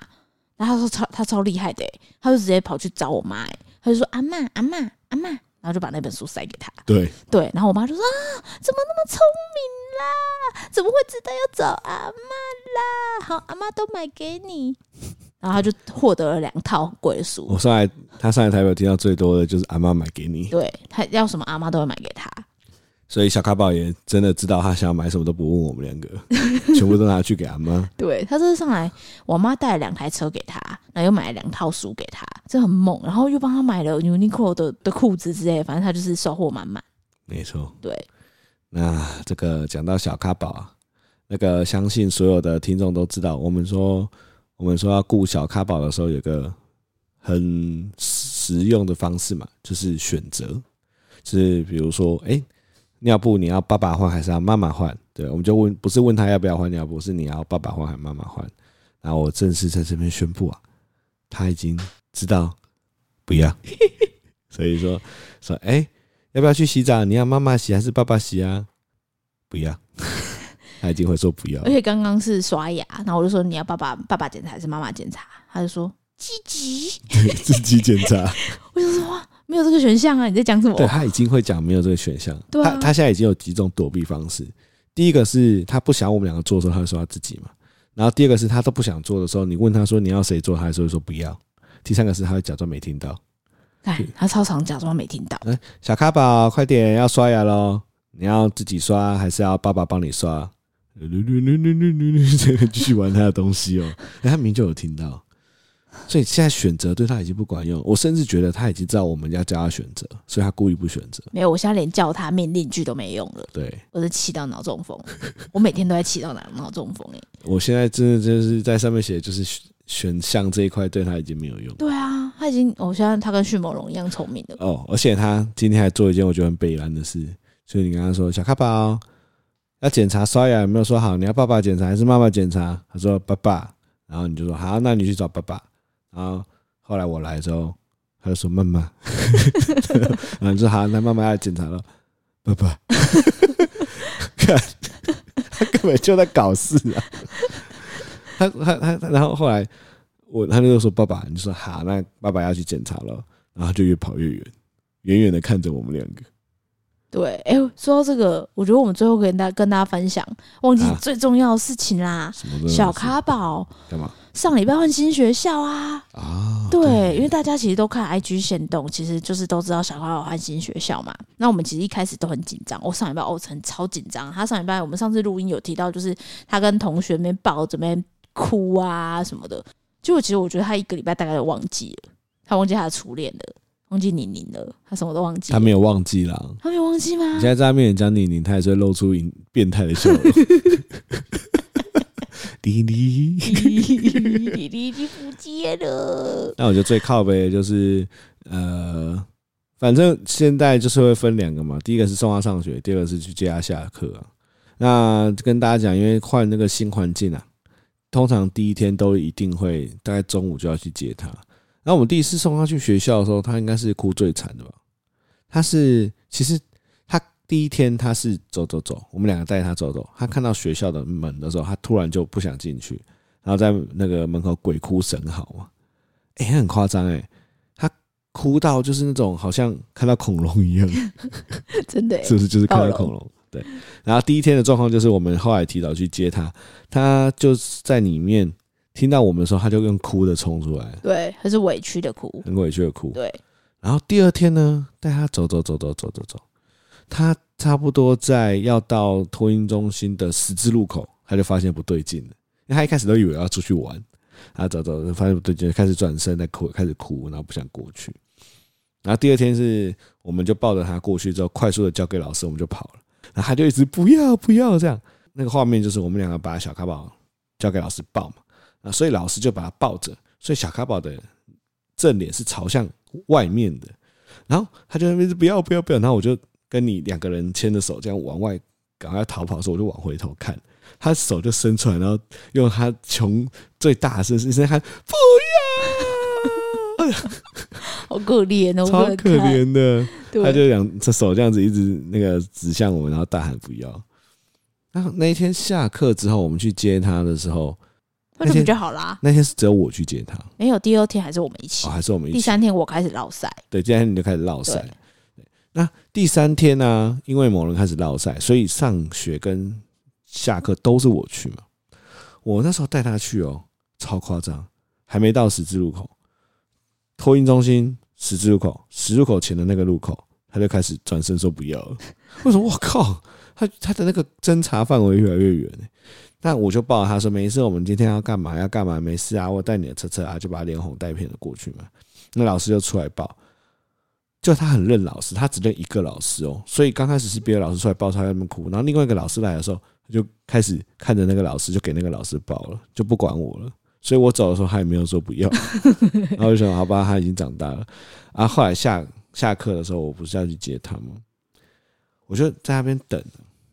然后他说超他超厉害的、欸，他就直接跑去找我妈、欸，他就说阿妈阿妈阿妈，然后就把那本书塞给他。
对，
对，然后我妈就说啊，怎么那么聪明啦？怎么会知道要找阿妈啦？好，阿妈都买给你。 然后他就获得了两套很贵的书
我，上来，她上来台北听到最多的就是阿妈买给你，
对他要什么阿妈都会买给他。
所以小咖宝也真的知道她想要买什么都不问我们两个， 全部都拿去给阿妈。
对他这次上来，我妈带了两台车给他，然后又买了两套书给他，这很猛。然后又帮他买了 Uniqlo 的的裤子之类的，反正他就是收获满满。
没错。
对，
那这个讲到小咖宝啊，那个相信所有的听众都知道，我们说我们说要顾小咖宝的时候，有个很实用的方式嘛，就是选择，就是比如说，哎、尿布你要爸爸换还是要妈妈换？对，我们就问，不是问他要不要换尿布，是你要爸爸换还是妈妈换？然后我正式在这边宣布啊，他已经知道不要，所以说说，哎、要不要去洗澡？你要妈妈洗还是爸爸洗啊？不要， 他一定会说不 要
而。且刚刚是刷牙，然后我就说你要爸爸爸爸检查还是妈妈检查？他就说积极，
自己检查，
我就说哇，没有这个选项啊，你在讲什么？
对他已经会讲没有这个选项。
对啊
他他现在已经有几种躲避方式。第一个是他不想我们两个做的时候，他会说他自己嘛。然后第二个是他都不想做的时候，你问他说你要谁做，他还是会说不要。第三个是他会假装没听到。
看哎他超常假装没听到，
小咖宝，快点要刷牙喽！你要自己刷还是要爸爸帮你刷？ 噜噜噜噜噜噜噜，这个继续玩他的东西哦。哎他明明就有听到，所以现在选择对他已经不管用。我甚至觉得他已经知道我们要叫他选择，所以他故意不选择。
没有，我现在连叫他命令句都没用了，
对
我是气到脑中风，我每天都在气到脑脑中风哎、欸
我现在真的就是在上面写，就是选选项这一块对他已经没有用。
对啊，他已经，我现在他跟迅猛龙一样聪明了，
哦，而且他今天还做一件我觉得很北然的事，就是你跟他说小咖宝要检查刷牙有没有说好，你要爸爸检查还是妈妈检查？他说爸爸，然后你就说好，那你去找爸爸。然后后来我来之后，他就说妈妈， 然后你说好，那妈妈要检查了，爸爸， 看他根本就在搞事啊！他他他，他然后后来我他就说爸爸，你就说好，那爸爸要去检查了，然后他就越跑越远，远远的看着我们两个。
对，哎、说到这个，我觉得我们最后跟大跟大家分享，忘记
啊
最重要的事情啦。
什么都没有
小
事
咖宝
干嘛
上礼拜换新学校啊，
啊？
对，因为大家其实都看 IG 线动，其实就是都知道小咖宝换新学校嘛。那我们其实一开始都很紧张，我、上礼拜欧晨超紧张，他上礼拜我们上次录音有提到，就是他跟同学们抱着面哭啊什么的。结果其实我觉得他一个礼拜大概都忘记了，他忘记他的初恋了，忘记宁宁了，他什么都忘记
他
了。
没有忘记啦。
他没有忘记吗？
你现在在他面前讲你，你他还是会露出淫变态的笑容。 滴滴。
你你你不接了。
那我觉得最靠背的就是呃，反正现在就是会分两个嘛，第一个是送他上学，第二个是去接他下课啊。那跟大家讲，因为换那个新环境啊，通常第一天都一定会大概中午就要去接他。那我们第一次送他去学校的时候，他应该是哭最惨的吧？他是其实他第一天他是走走走，我们两个带他走走，他看到学校的门的时候，他突然就不想进去，然后在那个门口鬼哭神嚎嘛。哎、很夸张哎，他哭到就是那种好像看到恐龙一样，
真的欸、
是不是？就是看到
暴
恐龙。对。然后第一天的状况就是我们后来提早去接他，他就是在里面听到我们的时候，他就用哭的冲出来，
欸对，他是委屈的哭，
很委屈的哭。
对，
然后第二天呢，带他走走走走走走走，他差不多在要到托运中心的十字路口，他就发现不对劲了，因为他一开始都以为要出去玩，啊，走走走，发现不对劲，开始转身在哭，开始哭，然后不想过去。然后第二天是，我们就抱着他过去之后，快速的交给老师，我们就跑了。然后他就一直不要不要这样，那个画面就是我们两个把小咖宝交给老师抱嘛，啊，所以老师就把他抱着，所以小咖宝的正脸是朝向外面的，然后他就在那边是不要不要不要，然后我就跟你两个人牵着手这样往外赶快逃跑的时候，我就往回头看，他手就伸出来，然后用他穷最大的声音声喊不 要，哎呀
好可怜哦，
超
我
可
看。
怜的，
对，
他就两只手这样子一直那个指向我们，然后大喊不要。然后那一天下课之后，我们去接他的时候，
那就比较好啦。
那天是只有我去接他，哦
没有，第二天还是我们一起
哦，，还是我们一
第
起
三天我开始落塞，
对，今天你就开始落
对
赛。那第三天呢、因为某人开始落赛，所以上学跟下课都是我去嘛。我那时候带他去哦，超夸张，还没到十字路口，托运中心十字路口，十字路口前的那个路口，他就开始转身说不要了。为什么？我靠，他他的那个侦查范围越来越远、欸。那我就抱着他说：“没事，我们今天要干嘛？要干嘛？没事啊，我带你的车车啊，就把他连哄带骗的过去嘛。”那老师就出来抱，就他很认老师，他只认一个老师哦，所以刚开始是别的老师出来抱他，他在那边哭，然后另外一个老师来的时候，他就开始看着那个老师，就给那个老师抱了，就不管我了。所以我走的时候，他也没有说不要，然后我就想好吧，他已经长大了。啊，后来下下课的时候，我不是要去接他吗？我就在那边等，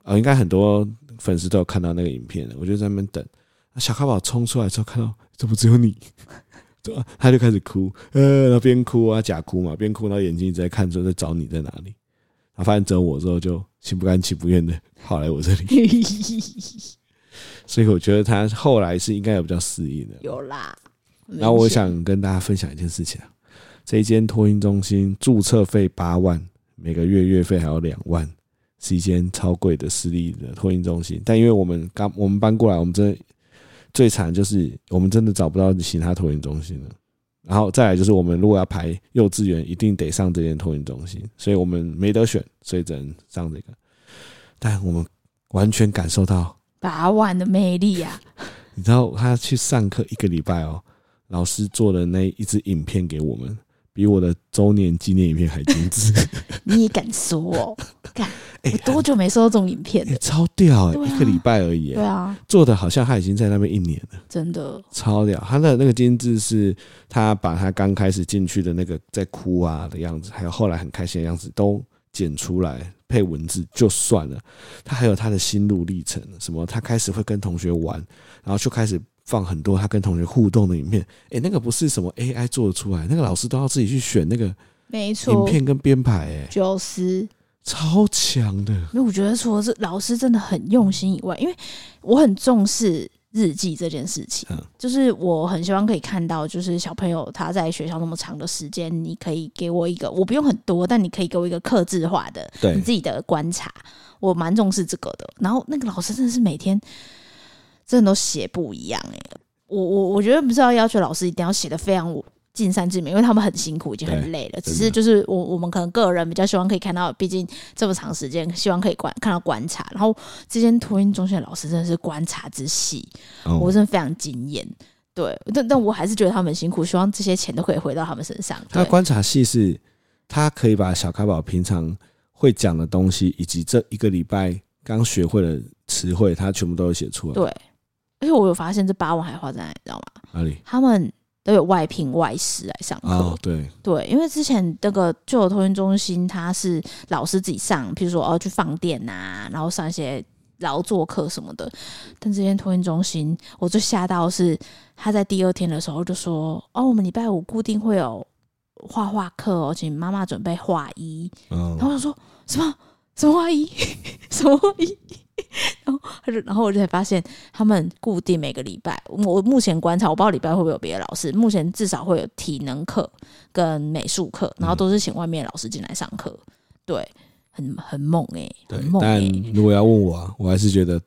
啊、应该很多粉丝都有看到那个影片的，我就在那边等。啊小咖宝冲出来之后，看到怎么只有你， 对啊他就开始哭，呃，然后边哭啊，假哭嘛，边哭，然后眼睛一直在看，说在找你在哪里。然后发现只有我之后，就心不甘情不愿的跑来我这里。所以我觉得他后来是应该有比较适应的。
有啦。
然后我想跟大家分享一件事情啊，这一间托运中心注册费八万，每个月月费还有两万，是一间超贵的私立的托运中心。但因为我们刚我们搬过来，我们真的最惨就是我们真的找不到其他托运中心了。然后再来就是我们如果要排幼稚园，一定得上这间托运中心，所以我们没得选，所以只能上这个。但我们完全感受到，
把玩的魅力 啊呀、
你知道他去上课一个礼拜哦，老师做的那一支影片给我们，比我的周年纪念影片还精 致，
你也敢说哦？
哎、
我多久没收到这种影片
哎、
了？
超屌、
对
欸，
啊
一个礼拜而已、
对
欸，
啊，
做的好像他已经在那边一年了，
真的，
超屌。他的那个精致是，他把他刚开始进去的那个在哭啊的样子，还有后来很开心的样子都剪出来配文字就算了，他还有他的心路历程，什么他开始会跟同学玩，然后就开始。放很多他跟同学互动的影片，诶、那个不是什么 AI 做得出来，那个老师都要自己去选那个
没
影
错，
片跟编排、诶，
就是。
超强的，
因为我觉得除了是老师真的很用心以外，因为我很重视日记这件事情，
嗯
就是我很希望可以看到，就是小朋友他在学校那么长的时间，你可以给我一个，我不用很多，但你可以给我一个克制化的
对
你自己的观察，我蛮重视这个的。然后那个老师真的是每天真的都写不一样哎、我我我觉得不是要要求老师一定要写的非常尽善尽美，因为他们很辛苦，已经
对
很累了。只
真的
是就是我我们可能个人比较希望可以看到，毕竟这么长时间，希望可以观看到观察。然后这间托运中心的老师真的是观察之细，
哦
我真的非常惊艳。对，但但我还是觉得他们很辛苦，希望这些钱都可以回到他们身上。
他
对
的观察系是，他可以把小咖宝平常会讲的东西，以及这一个礼拜刚学会的词汇，他全部都有写出来。
对，而且我有发现这八万还花在哪里，你知道吗？
哪里？
他们都有外聘外师来上课。
哦，对，
对，因为之前那个旧的托运中心，它是老师自己上，譬如说哦去放电呐、然后上一些劳作课什么的。但这间托运中心，我最吓到的是他在第二天的时候就说：“哦，我们礼拜五固定会有画画课哦，请妈妈准备画衣。”然后
嗯，
我就说什么什么花艺， 什么花艺， 然后他就然后我就才发现他们固定每个礼拜，我我目前观察，我不知道礼拜会不会有别的老师，目前至少会有体能课跟美术课，然后都是请外面的老师进来上课，对，很很猛哎、
对
很。猛哎、
但如果要问我啊，我还是觉得，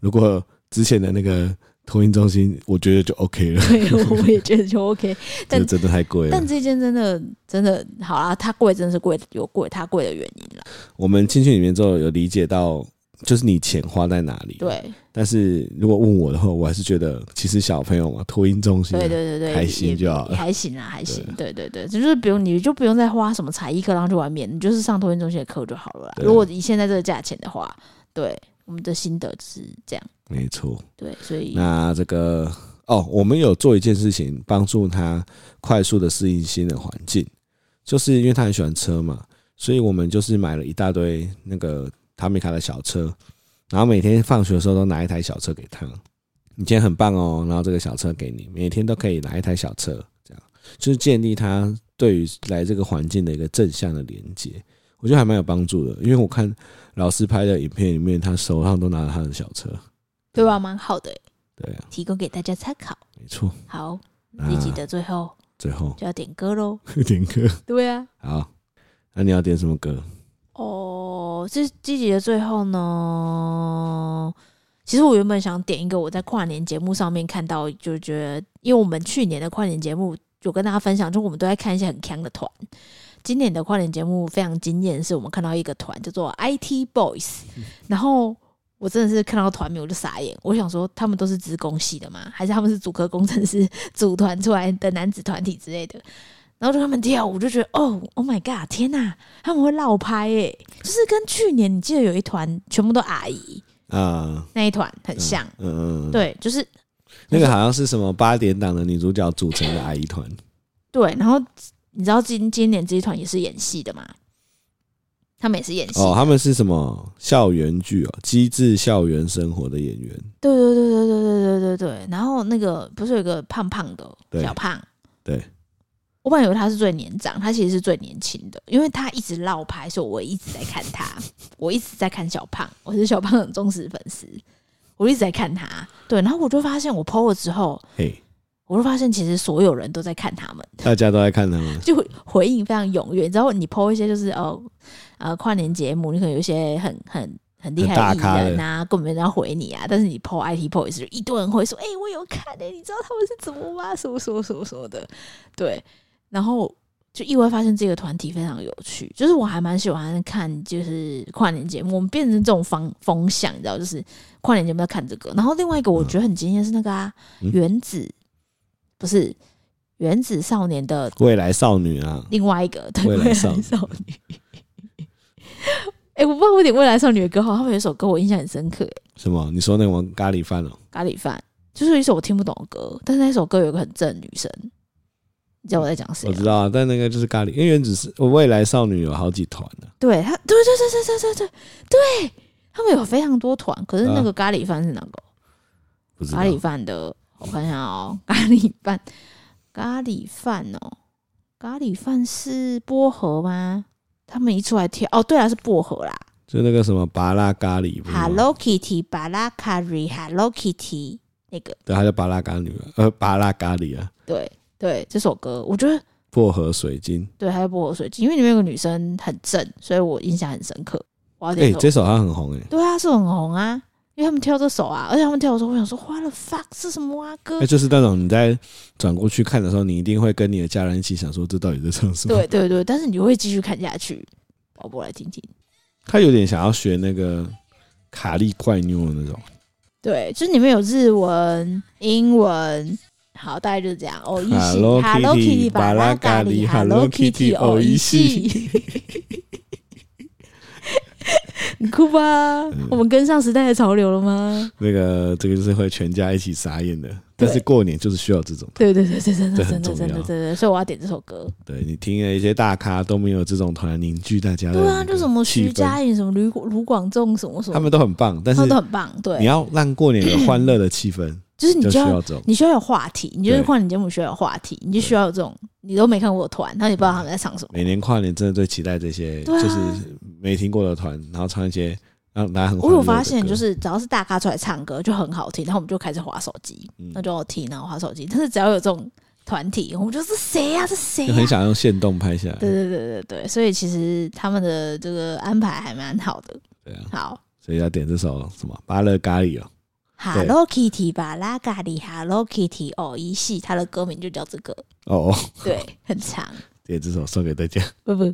如果之前的那个托运中心，我觉得就 OK 了，
对，我 也觉得就 OK，
这
但
个真的太贵了
但。这件真的真的好啦，它贵真的是贵有贵它贵的原因啦，
我们进去里面之后，有理解到。就是你钱花在哪里？。
对
但是如果问我的话，我还是觉得，其实小朋友嘛，托运中心啊、
对对对对，
开心
也
就好了
也还行 啦，还行，对对对，就是不用你就不用再花什么才艺课让去外面，你就是上托运中心的课就好了啦。
对
如果以现在这个价钱的话，对我们的心得就是这样，
没错。
对，所以
那这个哦，我们有做一件事情，帮助他快速的适应新的环境，就是因为他很喜欢车嘛，所以我们就是买了一大堆那个塔米卡的小车，然后每天放学的时候都拿一台小车给他。你今天很棒哦，然后这个小车给你，每天都可以拿一台小车，这样就是建立他对于来这个环境的一个正向的连接，我觉得还蛮有帮助的。因为我看老师拍的影片里面，他手上都拿着他的小车，
对吧？蛮好的、
对啊，
提供给大家参考。
没错。
好，
那
这集的最后
啊最后
就要点歌喽。
点歌。
对啊，
好，那你要点什么歌？
哦，这这集的最后呢，其实我原本想点一个我在跨年节目上面看到，就觉得，因为我们去年的跨年节目有跟大家分享，就我们都在看一些很强的团。今年的跨年节目非常惊艳，是我们看到一个团叫做 IT Boys，然后我真的是看到团名我就傻眼，我想说他们都是职工系的吗？还是他们是主科工程师组团出来的男子团体之类的？然后就他们跳舞，我就觉得哦，Oh my god，天哪、他们会绕拍耶、就是跟去年你记得有一团全部都阿姨
啊，
那一团很像，
嗯嗯，嗯，
对，就是
那个好像是什么八点档的女主角组成的阿姨团，
对。然后你知道今今年这一团也是演戏的嘛？他们也是演戏，
哦，他们是什么校园剧哦，机智校园生活的演员，
对对对对对对对对对。然后那个不是有一个胖胖的
对
小胖，
对
我本来以为他是最年长，他其实是最年轻的，因为他一直绕拍，所以我一直在看他，我一直在看小胖，我是小胖的忠实粉丝，我一直在看他。对，然后我就发现我 PO 了之后，
嘿，
我就发现其实所有人都在看他们，
大家都在看他们，
就回应非常踊跃。你知道，你 PO 一些就是哦呃跨年节目，你可能有一些很很很厉害
很大
艺
咖的
人啊，根本没人要回你啊。但是你 PO IT PO 也是一堆人会说，哎、我有看哎、你知道他们是怎么吗？什么什么什么什么的，对。然后就意外发现这个团体非常有趣，就是我还蛮喜欢看，就是跨年节目，我们变成这种方风向，你知道，就是跨年节目在看这个。然后另外一个我觉得很惊艳是那个啊，
嗯
原子不是原子少年的
未来少女啊，
另外一个对
未
未
来
来
少
少
女
女。哎、我不知道我点未来少女的歌，好像有一首歌我印象很深刻、欸
什么？你说那个吗咖喱饭哦、
咖喱饭，就是一首我听不懂的歌，但是那首歌有一个很正的女生，你知道我在讲谁
我
吗？
知道啊，但那个就是咖喱，因为原子是未来少女有好几团啊，
对他，对对对对对对对对，他们有非常多团，可是那个咖喱饭是哪个？
不知道
咖喱饭的，我看一下哦，咖喱饭，咖喱饭哦，咖喱饭是薄荷吗？他们一出来跳，哦，对啊，是薄荷啦。
就那个什么巴拉咖喱不是吗
Hello Kitty 巴拉卡瑞 Hello Kitty 那个，
对，她叫巴拉咖女啊，呃，巴拉咖喱啊，
对对，这首歌我觉得
薄荷水晶。
对，还有薄荷水晶，因为里面有个女生很正，所以我印象很深刻。我要
哎、
点头。
这首好像很红哎、
对啊，是很红啊，因为他们跳这首啊，而且他们跳的时候，我想说，花了 fuck 是什么啊歌
那、？哎就是那种你在转过去看的时候，你一定会跟你的家人一起想说，这到底在唱什么？
对，对对，但是你就会继续看下去。宝宝来听听，
他有点想要学那个卡利怪妞的那种。
对，就是里面有日文、英文。好，大概就是这样。哦，一系
Hello
Hello
Kitty，
Kitty，巴拉咖喱
Hello
，Hello
Kitty，
Kitty，哦，
哦一
一
系
系。 你哭吧
嗯，
我们跟上时代的潮流了 吗？
那个这个就是会全家一起傻眼的，
对
但是过年就是需要这种。
对对对对，真的
这
真
很
的
重
真的
要
真的，所以我要点这首歌。
对你听了一些大咖都没有这种团凝聚大家的
对啊，
那个
就什么
嗯气
徐
氛
佳莹、什么卢卢广仲、什么什么，
他们都很棒，但是
他们都很棒。
你
对，
要让过年有欢乐的气氛，
就是你
就
就
需
要
要这种。
你需要有话题，你就是
对
跨年节目需要有话题，你就需要有这种你都没看过的团，那你不知道他们在唱什么。
每年跨年真的最期待这些，
对啊
就是没听过的团，然后唱一些让大家很欢
我
乐
有
的歌
发现，就是只要是大咖出来唱歌就很好听，然后我们就开始划手机，
嗯
那就要听，然后划手机。但是只要有这种团体，我们就是谁呀？是谁
就
呀
很？想用线动拍下来。
对对对对对，所以其实他们的这个安排还蛮好的。
对啊，
好
所以要点这首什么芭乐咖喱哦，
，Hello Kitty 吧，拉咖喱 Hello Kitty 哦，一系它的歌名就叫这个，
哦哦，
对，很长。
点这首送给大家。
不不，